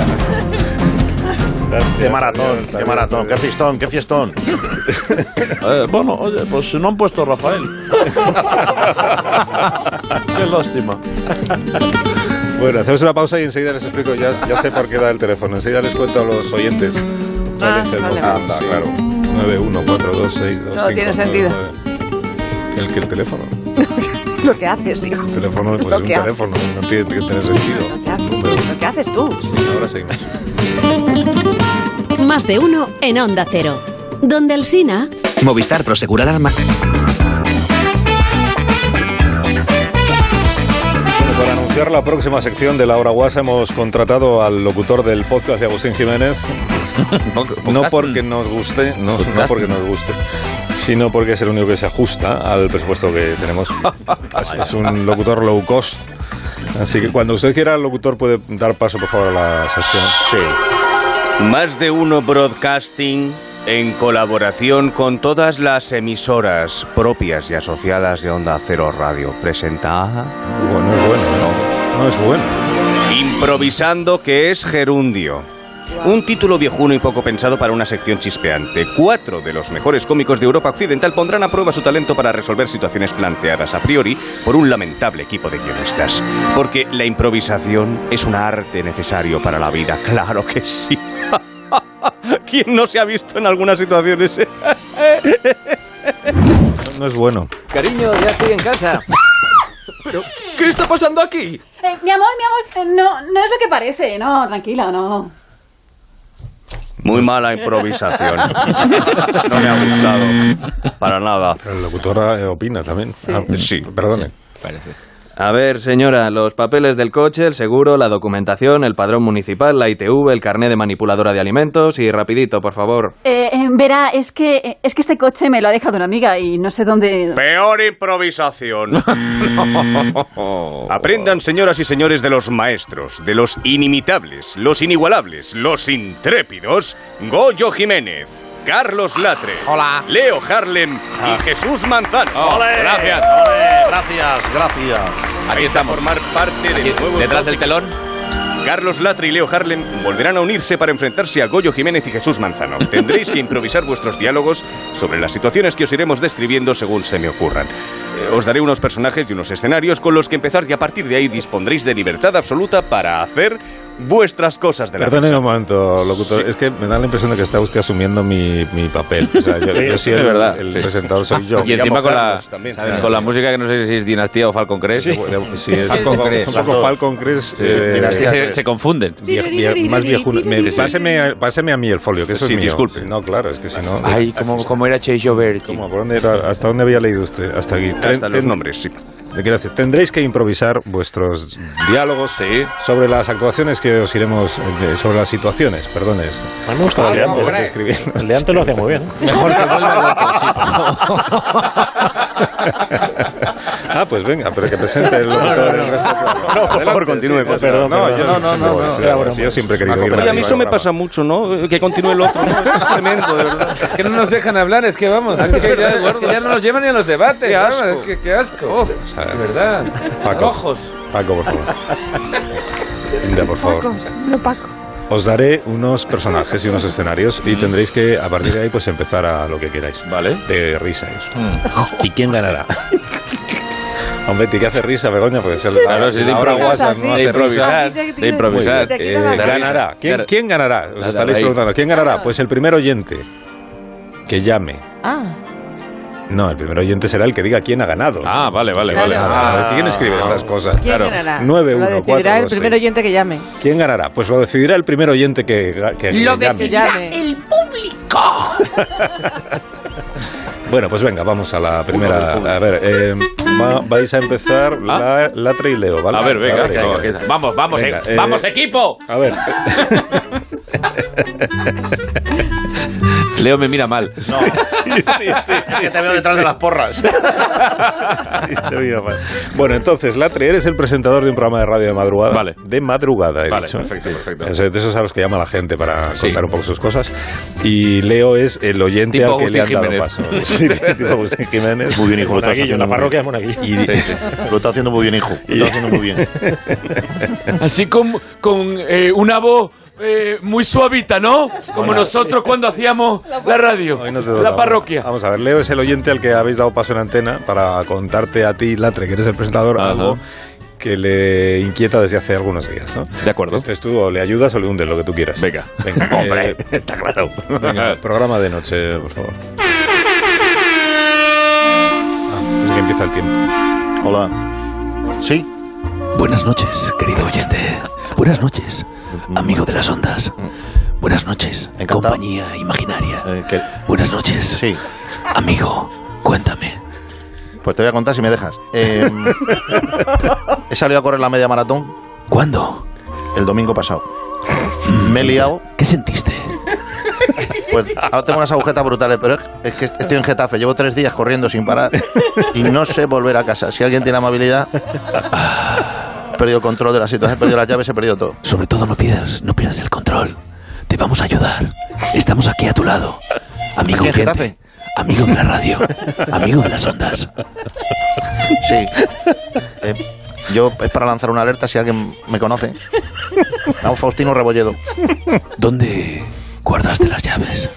S4: Qué maratón, qué maratón, qué fiestón, qué fiestón.
S3: bueno, oye, pues no han puesto a Rafael. Qué lástima.
S1: Bueno, hacemos una pausa y enseguida les explico. Ya, ya sé por qué da el teléfono. Enseguida les cuento a los oyentes cuál
S11: Ah,
S1: es el
S11: vale,
S1: motivo.
S11: vale.
S1: Anda, claro.
S11: No
S1: 914262599.
S11: tiene sentido.
S1: El que el teléfono.
S11: Lo que haces, digo.
S1: El teléfono pues,
S11: Lo
S1: es un
S11: que haces.
S1: teléfono. No tiene que tener sentido.
S11: Lo que haces tú.
S1: Sí, ahora seguimos.
S10: Más de uno en Onda Cero. Donde Alsina.
S15: Movistar Prosegura Alarma.
S1: Bueno, para anunciar la próxima sección de la hora guasa hemos contratado al locutor del podcast de Agustín Jiménez. No porque nos guste, no, no porque nos guste, sino porque es el único que se ajusta al presupuesto que tenemos. Es- Es un locutor low cost. Así que cuando usted quiera, el locutor puede dar paso, por favor, a la sección.
S16: Sí. Más de uno broadcasting en colaboración con todas las emisoras propias y asociadas de Onda Cero Radio. Presenta.
S1: Bueno, es bueno, no, es bueno.
S16: Improvisando que es gerundio. Un título viejuno y poco pensado para una sección chispeante. Cuatro de los mejores cómicos de Europa Occidental pondrán a prueba su talento para resolver situaciones planteadas a priori por un lamentable equipo de guionistas. Porque la improvisación es un arte necesario para la vida, claro que sí. ¿Quién no se ha visto en algunas situaciones?
S1: No es bueno.
S15: Cariño, ya estoy en casa. ¿Qué está pasando aquí?
S17: Eh, mi amor, mi amor, eh, no, no es lo que parece, no, tranquila, no.
S16: Muy mala improvisación. No me ha gustado. Para nada.
S1: El locutor eh, opina también. Sí. perdone.
S15: A ver, señora, los papeles del coche, el seguro, la documentación, el padrón municipal, la ITV, el carné de manipuladora de alimentos y rapidito, por favor.
S17: Eh, eh, verá, es que, eh, es que este coche me lo ha dejado una amiga y no sé dónde...
S16: Peor improvisación. Mm. Aprendan, señoras y señores, de los maestros, de los inimitables, los inigualables, los intrépidos, Goyo Jiménez. Carlos Latre. Hola. Leo Harlem y Jesús Manzano.
S4: ¡Ole!
S16: Ah. Oh, gracias.
S4: ¡Ole! Gracias, gracias.
S16: Aquí estamos. formar parte del nuevo Detrás del telón. Carlos Latre y Leo Harlem volverán a unirse para enfrentarse a Goyo Jiménez y Jesús Manzano. Tendréis que improvisar vuestros diálogos sobre las situaciones que os iremos describiendo según se me ocurran. Eh, os daré unos personajes y unos escenarios con los que empezar y a partir de ahí dispondréis de libertad absoluta para hacer vuestras cosas de la
S1: Perdone
S16: risa.
S1: un momento, locutor. Es que me da la impresión de que está usted asumiendo mi, mi papel. O sea, yo,
S3: Sí,
S1: yo sí,
S3: es
S1: el,
S3: verdad,
S1: el
S3: sí.
S1: presentador soy yo.
S3: Y encima con la,
S1: También,
S3: con
S1: claro.
S3: la música que no sé si es Dinastía o Falcon Crest. eh,
S1: Sí. Sí, es Falcon
S3: Las
S1: Crest. Un poco
S3: dos.
S1: Falcon Crest,
S3: Sí.
S1: eh,
S3: Dinastía
S1: es que
S3: Crest. se, se confunden.
S1: Vie- vie- más viejuno. Me-
S3: Sí, sí.
S1: páseme, páseme a mí el folio, que eso
S3: Sí,
S1: es mío.
S3: disculpe.
S1: No, claro, es que si no...
S3: Ay, ¿cómo, cómo era Chase Gioberti?
S1: ¿Por dónde era? ¿Hasta dónde había leído usted? Hasta aquí.
S16: Hasta los nombres, sí.
S1: Le quiero decir, tendréis que improvisar vuestros diálogos sobre las actuaciones que os iremos, eh, sobre las situaciones, perdón. es-
S5: A mí me gusta
S1: Ah,
S5: más Leandro.
S1: hombre. Escribir.
S5: Leandro lo hace muy bien.
S1: Mejor que vuelva
S5: a
S1: Goto,
S5: sí, por favor.
S1: Ah, pues venga, pero que presente el locutor. el resto.
S16: No, por favor, continúe.
S1: Perdón,
S16: perdón,
S1: no,
S16: perdón.
S1: yo no, no, no, no.
S16: Era broma.
S1: Yo siempre he querido
S16: Oye,
S1: ir
S16: a mí eso me pasa mucho, ¿no? Que continúe el otro. ¿no? Es tremendo, de verdad.
S18: Que no nos dejan hablar, es que vamos, es que ya, es que ya no nos llevan ni a los debates,
S16: Qué
S18: vamos,
S16: asco.
S18: es que qué asco.
S1: De
S18: verdad.
S1: Paco.
S18: Ojos.
S1: Paco, por favor. Linda, por favor.
S11: no Paco.
S1: Os daré unos personajes y unos escenarios y tendréis que, a partir de ahí, pues empezar a lo que queráis. Vale. De risa eso.
S5: ¿Y quién ganará?
S1: Hombre, ¿y ¿qué hace risa, Begoña? Porque se
S3: Claro, sí, de
S1: ahora
S3: improvisar,
S1: WhatsApp
S3: sí,
S1: no hace
S3: de improvisar,
S1: risa.
S3: de improvisar.
S1: Muy bien.
S3: Eh,
S1: Eh,
S3: la risa.
S1: ganará. ¿Quién,
S3: Claro.
S1: quién ganará? Os
S3: Nada,
S1: estaréis
S3: ahí.
S1: preguntando. ¿Quién ganará? Pues el primer oyente que llame.
S11: Ah.
S1: No, el primer oyente será el que diga quién ha ganado. Ah,
S3: vale, vale,
S11: Claro. vale.
S1: Ah, ¿Quién escribe estas cosas?
S11: ¿Quién ganará?
S1: Nueve,
S11: Lo
S1: uno,
S11: decidirá
S1: cuatro,
S11: el
S1: dos,
S11: primer
S1: seis.
S11: oyente que llame.
S1: ¿Quién ganará? Pues lo decidirá el primer oyente que, ga- que llame.
S11: el público.
S1: Bueno, pues venga, vamos a la primera. A ver, eh, va- vais a empezar la, Latre y Leo, ¿vale?
S3: Ah. A ver, venga,
S1: Vale,
S3: venga, venga. vamos, vamos,
S1: Venga,
S3: eh,
S1: eh,
S3: vamos equipo.
S1: A ver.
S3: Leo me mira mal.
S4: Que te veo detrás de las porras.
S1: Este Bueno, entonces, Latre, eres el presentador de un programa de radio de madrugada. Vale. De madrugada, he
S3: Vale,
S1: dicho.
S3: perfecto, perfecto.
S1: Es de esos a los que llama la gente para contar un poco sus cosas. Y Leo es el oyente
S3: Tipo
S1: al que le
S3: Agustín
S1: han dado
S3: Jiménez.
S1: paso. Sí, tipo Agustín Jiménez.
S4: Muy bien, hijo. lo estás
S5: Monaguillo,
S4: haciendo
S5: la
S4: muy
S5: parroquia
S4: bien.
S5: es
S1: Monaguillo.
S4: Y- Lo está haciendo muy bien, hijo. Lo está haciendo muy bien.
S18: Así con, con eh, una voz eh, muy suavita, ¿no? Como
S1: Hola.
S18: nosotros cuando hacíamos la radio,
S1: Hoy no te
S18: la
S1: toca.
S18: parroquia.
S1: Vamos a ver, Leo es el oyente al que habéis dado paso en antena para contarte a ti, Latre, que eres el presentador, algo que le inquieta desde hace algunos días, ¿no? De acuerdo. Entonces tú o le ayudas o le hundes, lo que tú quieras. Venga. Hombre, está claro. Venga, programa de noche, por favor. Ah, es que empieza el tiempo.
S4: Hola. ¿Sí?
S13: Buenas noches, querido oyente. Buenas noches, amigo de las ondas. Buenas noches, compañía imaginaria. Buenas noches.
S4: Eh, Sí.
S13: Amigo, cuéntame.
S4: Pues te voy a contar si me dejas. Eh, he salido a correr la media maratón.
S13: ¿Cuándo? Mm,
S4: El domingo pasado. Me he liado.
S13: ¿Qué sentiste?
S4: Pues ahora tengo unas agujetas brutales, pero es- es que estoy en Getafe. Llevo tres días corriendo sin parar y no sé volver a casa. Si alguien tiene amabilidad, he perdido el control de la situación, he perdido las llaves, he perdido todo.
S13: Sobre todo no pierdas, no pierdas el control. Te vamos a ayudar. Estamos aquí a tu lado. Amigo
S4: ¿Aquí en
S13: oyente,
S4: Getafe?
S13: amigo de la radio, amigo de las ondas.
S4: Sí. Eh, yo es para lanzar una alerta si alguien me conoce. A un Faustino Rebolledo.
S13: ¿Dónde guardaste las llaves?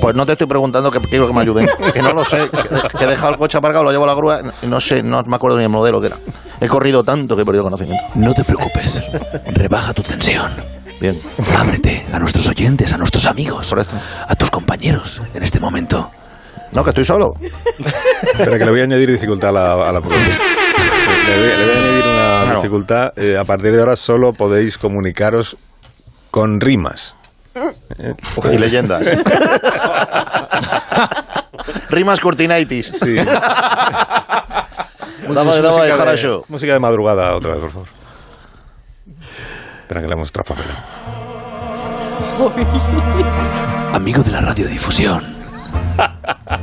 S4: Pues no te estoy preguntando que quiero que me ayuden. Que no lo sé. Que, que he dejado el coche aparcado, lo llevo a la grúa. No sé, no me acuerdo ni el modelo que era. He corrido tanto que he perdido conocimiento.
S13: No te preocupes. Rebaja tu tensión.
S4: Bien.
S13: Ábrete a nuestros oyentes, a nuestros amigos, a tus compañeros en este momento.
S4: No, que estoy solo.
S1: Espera, que le voy a añadir dificultad a la, a la pregunta. Le voy, le voy a añadir una
S4: Claro.
S1: dificultad. Eh, a partir de ahora solo podéis comunicaros con rimas.
S4: Y leyendas. Rimas Curtinaitis. Sí. Daba, daba de
S1: de,
S4: Harasho.
S1: música de madrugada otra vez, por favor. Espera que le hemos traspapelado.
S13: Amigo de la radiodifusión,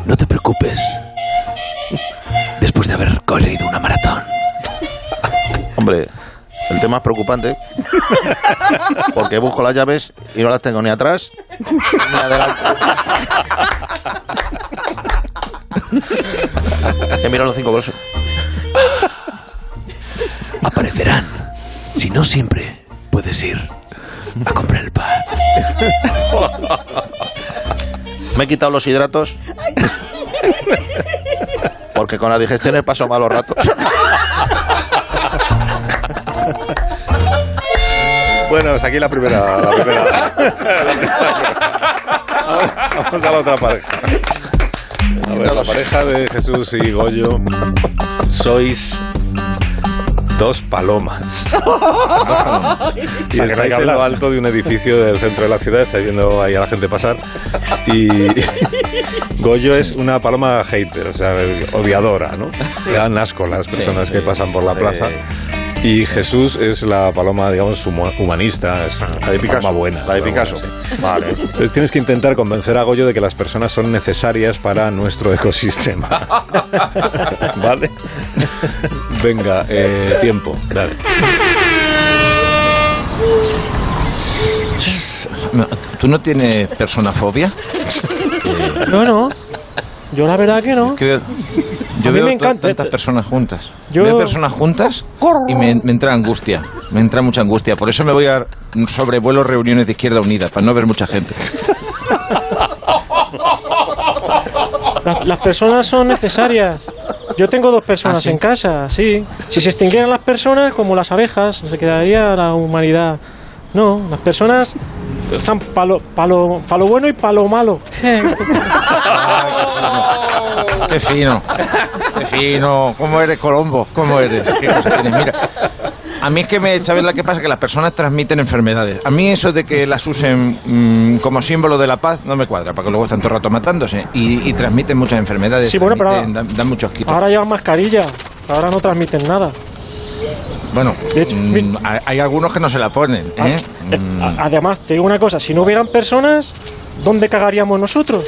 S13: no te preocupes. Después de haber corrido una maratón,
S4: Hombre, el tema es preocupante. Porque busco las llaves y no las tengo ni atrás ni adelante. He mirado los cinco bolsos.
S13: aparecerán. Si no, siempre puedes ir a comprar el pan.
S4: Me he quitado los hidratos. Porque con las digestiones paso malos ratos.
S1: Bueno, hasta aquí la primera. La primera. Vamos a la otra pareja. A ver, la pareja de Jesús y Goyo. Sois dos palomas. Y
S5: sea, que no hay
S1: estáis
S5: que
S1: en lo
S5: hablar.
S1: alto de un edificio del centro de la ciudad, estáis viendo ahí a la gente pasar. Y Goyo es una paloma hater, o sea, odiadora, ¿no? Le dan asco las personas que pasan por la plaza. Y Jesús es la paloma, digamos, humo- humanista, es la de
S4: Picasso,
S1: buena.
S4: la de
S1: paloma,
S4: Picasso.
S1: sí. Entonces tienes que intentar convencer a Goyo de que las personas son necesarias para nuestro ecosistema. ¿Vale? Venga, eh, tiempo. Dale.
S6: Pues, No, ¿Tú no tienes personafobia?
S2: No, no. Yo la verdad que no.
S6: Que
S2: A
S6: veo- yo
S2: mí
S6: veo
S2: me
S6: to-
S2: encanta. este-
S6: tantas personas juntas.
S2: Yo-
S6: Veo personas juntas y me, me entra angustia. Me entra mucha angustia. Por eso me voy a sobrevuelo reuniones de Izquierda Unida, para no ver mucha gente.
S2: Las, las personas son necesarias. Yo tengo dos personas
S6: ¿Ah, sí?
S2: en casa, sí. Si se extinguieran las personas, como las abejas, se quedaría la humanidad. No, las personas están palo, palo, palo bueno y palo malo.
S6: Qué fino. Qué fino. ¿Cómo eres, Colombo? ¿Cómo eres? ¿Qué cosa tienes? Mira, a mí es que me. ¿Sabes la que pasa? Que las personas transmiten enfermedades. A mí eso de que las usen mm, como símbolo de la paz no me cuadra, porque luego están todo el rato matándose y, y transmiten muchas enfermedades.
S2: Sí, bueno, pero Ah,
S6: transmiten- dan, dan muchos quitos.
S2: Ahora llevan mascarilla, ahora no transmiten nada.
S6: Bueno, mm, hay- hay algunos que no se la ponen.
S2: Ah,
S6: ¿eh? Mm.
S2: A- Además, te digo una cosa, si no hubieran personas, ¿dónde cagaríamos nosotros?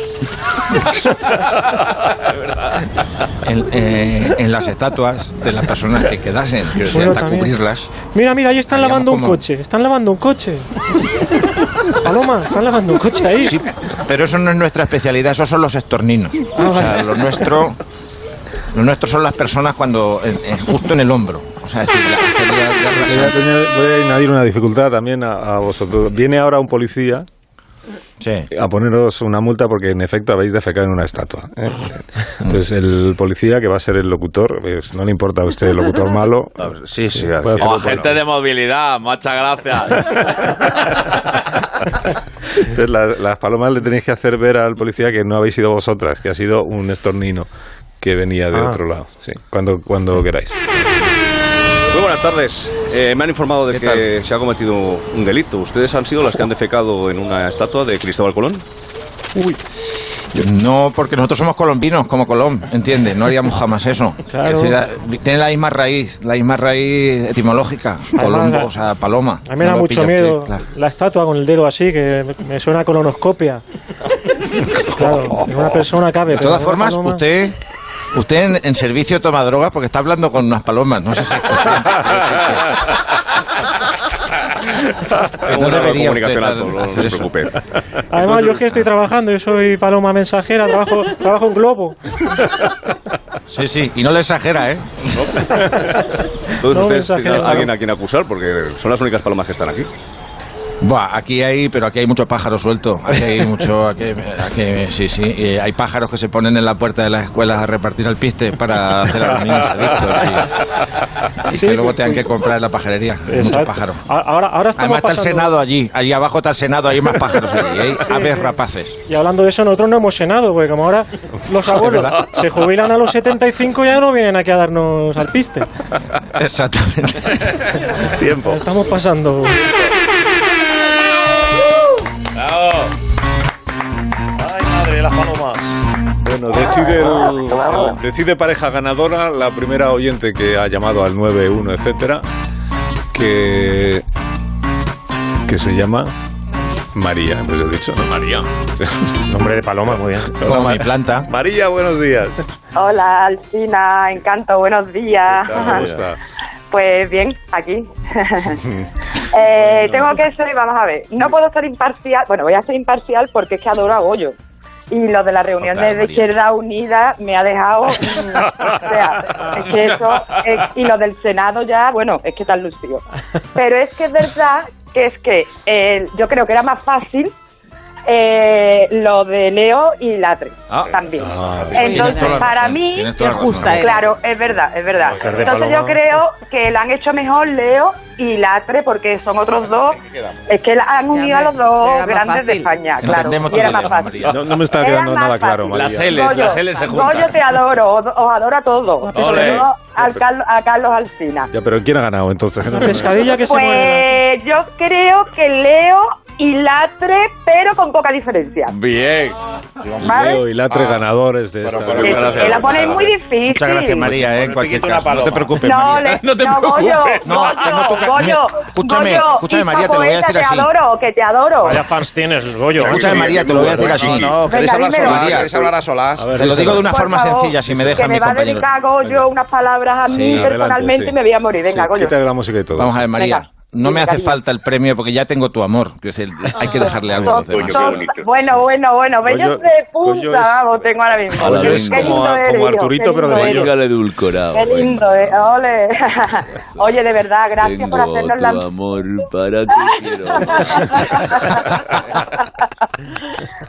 S6: en, eh, en las estatuas de las personas que quedasen, quiero decir,
S2: Bueno,
S6: hasta
S2: también.
S6: cubrirlas.
S2: Mira, mira, ahí están lavando un
S6: como-
S2: coche, están lavando un coche. Paloma, están lavando un coche ahí.
S6: Sí, pero eso no es nuestra especialidad, esos son los estorninos.
S2: Ah,
S6: O sea,
S2: vale.
S6: lo nuestro, lo nuestro son las personas cuando en- en- justo en el hombro. O sea, es decir, la- que la- la- la-
S1: Voy a, añadir- voy a añadir una dificultad también a, a vosotros. Viene ahora un policía a poneros una multa porque en efecto habéis defecado en una estatua. ¿eh? Entonces el policía que va a ser el locutor, pues, no le importa a usted el locutor malo.
S4: Ah, Sí, sí.
S1: puede hacerlo
S3: O
S1: por-
S3: agente Oh, de movilidad, muchas gracias.
S1: Entonces la- las palomas le tenéis que hacer ver al policía que no habéis sido vosotras, que ha sido un estornino que venía de
S16: Ah.
S1: otro lado. Sí, cuando, cuando queráis.
S16: Muy buenas tardes. Eh, me han informado de que se ha cometido un delito. ¿Ustedes han sido las que han defecado en una estatua de Cristóbal Colón? Pues
S6: Uy. No, porque nosotros somos colombinos, como Colón, ¿entiendes? No haríamos jamás eso.
S2: Claro.
S6: Es decir, la- tiene la misma raíz, la misma raíz etimológica. Colombo, o sea, paloma.
S2: A mí me
S6: No
S2: da
S6: lo
S2: mucho
S6: pilla usted,
S2: miedo
S6: claro.
S2: la estatua con el dedo así, que me- me suena a colonoscopia. Claro, en una persona cabe.
S6: De
S2: pero
S6: todas
S2: en una
S6: formas,
S2: paloma-
S6: usted, usted en, en servicio toma drogas porque está hablando con unas palomas. No sé si es consciente.
S16: Tengo
S6: no
S16: una
S6: debería
S16: comunicación
S6: usted
S16: al pueblo, no se preocupe.
S2: Además, yo es que estoy
S6: ah.
S2: trabajando, yo soy paloma mensajera, trabajo, trabajo en globo.
S6: Sí, sí, y no le exagera, ¿eh?
S16: Entonces
S2: No,
S16: ustedes
S2: mensaje,
S16: tienen a
S2: no.
S16: alguien a quien acusar porque son las únicas palomas que están aquí.
S6: Buah, aquí hay, pero aquí hay mucho pájaro suelto. Aquí hay mucho, aquí, aquí- sí, sí. eh, hay pájaros que se ponen en la puerta de las escuelas a repartir el piste para hacer a los niños adictos. Y, y que luego tengan que comprar en la pajarería. Mucho
S2: pues, Exacto.
S6: pájaro.
S2: A- Ahora, ahora estamos
S6: Además está el
S2: pasando-
S6: Senado allí, allí abajo está el Senado, hay más pájaros allí, hay aves rapaces.
S2: Y hablando de eso, nosotros no hemos cenado, porque como ahora los abuelos
S6: verdad.
S2: se jubilan a los 75 ya no vienen aquí a darnos al piste.
S6: Exactamente.
S1: Tiempo.
S2: Estamos pasando.
S4: Ay, madre, las palomas.
S1: Bueno, decide,
S19: Ah,
S1: el- decide pareja ganadora, la primera oyente que ha llamado al 91, etcétera, que, que se llama María, pues he dicho, ¿no?
S3: María.
S1: Nombre de paloma, muy bien.
S6: Como mi planta.
S1: María, buenos días.
S19: Hola, Alcina, encanto, buenos días.
S1: ¿Cómo está?
S19: Pues bien, aquí. Eh, tengo que ser, vamos a ver, no puedo ser imparcial, bueno, voy a ser imparcial porque es que adoro a Goyo. Y lo de la reunión
S20: Otra,
S19: de
S20: Pues María.
S19: Izquierda Unida me ha dejado... mm, o sea, es que eso... es- y lo del Senado ya, bueno, es que tan lucido. Pero es que es verdad que es que eh, yo creo que era más fácil eh, lo de Leo y Latre
S20: Ah.
S19: también.
S20: Ah, tienes
S19: Entonces,
S20: toda la
S19: para
S20: razón,
S19: mí,
S20: tienes toda la Qué razón. justa eres.
S19: claro, es verdad, es verdad.
S20: Mujer de
S19: Entonces yo
S20: paloma.
S19: creo que la han hecho mejor Leo y Latre porque son otros dos. Es que la han unido a los dos
S20: era más
S19: grandes de
S20: fácil.
S19: España, claro.
S1: Entendemos
S19: Y era
S1: todo
S19: más
S1: ya,
S19: fácil.
S1: María. No, no me está
S19: Era
S1: quedando
S19: más
S1: nada claro,
S19: fácil.
S1: María.
S3: Las Ls,
S19: Goyo,
S3: las Ls se juntan.
S19: Goyo, te adoro, os, os adoro a todos.
S1: Ole.
S19: Sobre todo al Carlo- a Carlos Alcina.
S1: Ya, pero ¿quién ha ganado entonces?
S2: pescadilla que se
S19: pues yo creo que Leo y Latre, pero con poca diferencia.
S3: Bien. Ah.
S19: ¿Vale?
S1: Leo y Latre ganadores de esta.
S19: pero- Muchas gracias. la ponen muy difícil.
S6: Muchas gracias, María, eh, en cualquier caso. No te preocupes,
S19: No,
S6: María.
S19: le- no, Goyo,
S6: No,
S19: Goyo,
S6: que no toca-
S19: Goyo,
S6: mira, escúchame,
S19: Goyo,
S6: escúchame,
S19: y
S6: María, te lo voy a
S19: Papoeta,
S6: decir así.
S19: Que adoro, que te adoro.
S12: Vaya fans tienes, Goyo.
S6: Escúchame, María, te lo voy a decir así.
S5: No, no, queréis
S19: Venga,
S5: hablar
S19: dímelo.
S5: solas,
S19: María,
S5: queréis hablar a solas.
S6: Te lo digo de una
S19: Por
S6: forma
S19: favor,
S6: sencilla, si me dejan
S19: que me
S6: mi
S19: va a
S6: compañero.
S19: dedicar Goyo unas palabras a
S6: Sí,
S19: mí
S6: adelante,
S19: personalmente
S6: sí.
S19: y me voy a morir. Venga,
S6: Sí,
S19: Goyo.
S6: quítale
S1: la música y todo.
S6: Vamos a ver, María.
S19: Venga,
S6: No me
S19: venga, Ah.
S6: hace
S19: cariño.
S6: falta el premio porque ya tengo tu amor. Que es el- hay que dejarle algo a los
S19: Son-
S6: demás.
S19: son- Bueno, bueno, bueno, bellos
S6: Goyo-
S19: de
S6: Goyo
S19: punta,
S6: es-
S19: vamos, tengo ahora mismo.
S6: Goyo
S19: Qué
S6: es
S19: lindo
S6: como-
S19: eres,
S6: como
S19: hijo,
S6: Arturito,
S19: qué
S6: pero de
S19: lindo eres.
S6: mayor.
S3: Venga, el edulcorado.
S19: Qué
S3: venga.
S19: lindo, eh. ole. Oye, de verdad, gracias por
S3: Tengo
S19: hacernos la...
S3: tu amor para ti quiero.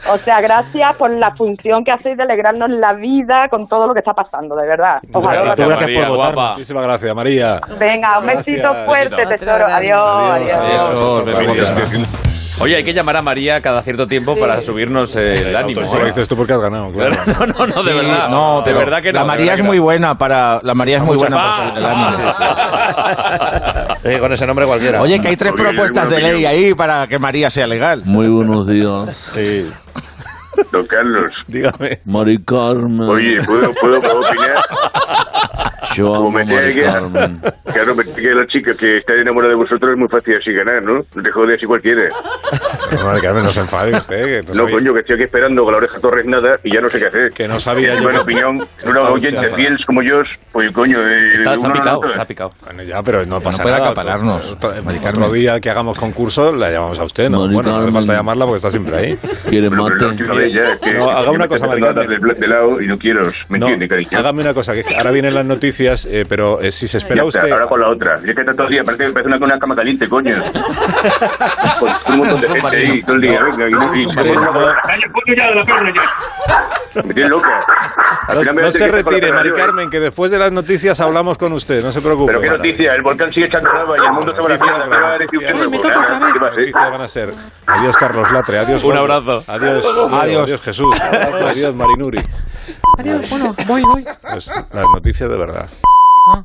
S19: O sea, gracias por la función que hacéis de alegrarnos la vida con todo lo que está pasando, de verdad. Os
S1: Muchas
S19: adoro.
S1: gracias,
S12: Gracias por votar.
S1: guapa. Muchísimas gracias, María.
S19: Venga, un besito
S1: Gracias.
S19: fuerte,
S1: Besito.
S19: tesoro. Adiós, adiós.
S3: Oye, hay que llamar a María cada cierto tiempo para subirnos eh, el ánimo.
S1: Eso lo
S3: ¿eh?
S1: dices tú porque has ganado, claro.
S3: No, no, no, de
S6: Sí,
S3: verdad.
S6: no,
S3: de
S6: pero
S3: verdad que no.
S6: La
S3: de
S6: María
S3: verdad
S6: es
S3: que no.
S6: muy buena para. La María es muy
S3: Mucha
S6: buena para
S3: paz.
S6: subir el ánimo.
S5: Eh, con ese nombre cualquiera.
S6: Oye, que hay tres propuestas de ley ahí para que María sea legal.
S21: Muy buenos días.
S16: Don Carlos.
S1: Dígame.
S21: Mari Carmen.
S16: Oye, ¿puedo, puedo, puedo opinar?
S21: Yo amo a
S16: Como me
S21: Mari
S16: tiene que...
S21: Carmen.
S16: Claro, me tiene que la chica que está enamorada de vosotros es muy fácil así ganar, ¿no? No te jode así cualquiera.
S1: No, María Carmen, no se enfade usted. Que no
S16: No,
S1: sabía-
S16: coño, que estoy aquí esperando con la oreja torres nada y ya no sé qué hacer. Que
S1: no sabía yo
S16: Buena
S1: que-
S16: opinión,
S1: que
S16: unos
S1: estaba
S16: oyentes
S1: usted
S16: fieles como yo, pues coño... Eh,
S1: Está-
S16: uno
S1: se ha
S16: no
S1: picado,
S16: nota.
S1: se ha Bueno, ya, pero no pasa
S6: puede
S1: nada.
S6: acapararnos,
S1: Otro,
S6: Mari
S1: otro
S6: Carmen.
S1: día que hagamos concurso la llamamos a usted, ¿no?
S21: Mari
S1: bueno, no hace
S21: Carmen.
S1: falta llamarla porque está siempre ahí.
S21: ¿Quiere
S16: Pero no,
S21: mate?
S16: quiero ver ya, es que-
S1: No, haga
S16: que
S1: una
S16: me
S1: cosa,
S16: está
S1: Mari
S16: tratando
S1: Carmen.
S16: de hablar De lado y no quiero, ¿me
S1: No,
S16: entiende, cariño?
S1: hágame una cosa, que ahora vienen las noticias, eh, pero eh, si se espera
S16: Ya está,
S1: usted...
S16: Ahora con la otra. Y es que está todo el día, parece, parece una, una cama caliente, coño. Con un montón de gente ahí todo el día, venga, y no y-
S12: Coño, ya, de la perna, ya.
S16: Me tiene loca. Al
S1: No,
S16: final me
S1: no
S16: hace
S1: se
S16: que esté con la
S1: retire,
S16: perra
S1: Mari
S16: arriba, ¿eh?
S1: Carmen, que después de las noticias hablamos con usted, no se preocupe.
S16: Pero qué noticia, el volcán sigue echando lava y el mundo se va a la mierda. Pero ahora decir,
S1: Noticias
S16: ¿qué pasa? ¿Qué pasa, eh?
S1: van a ser. Adiós, Carlos Latre. Adiós,
S3: Un
S1: Gordo.
S3: abrazo.
S1: Adiós,
S3: Adiós.
S1: adiós, adiós Jesús. Adiós, Marinuri.
S9: Adiós, bueno, voy, voy.
S1: Pues, las noticias de verdad.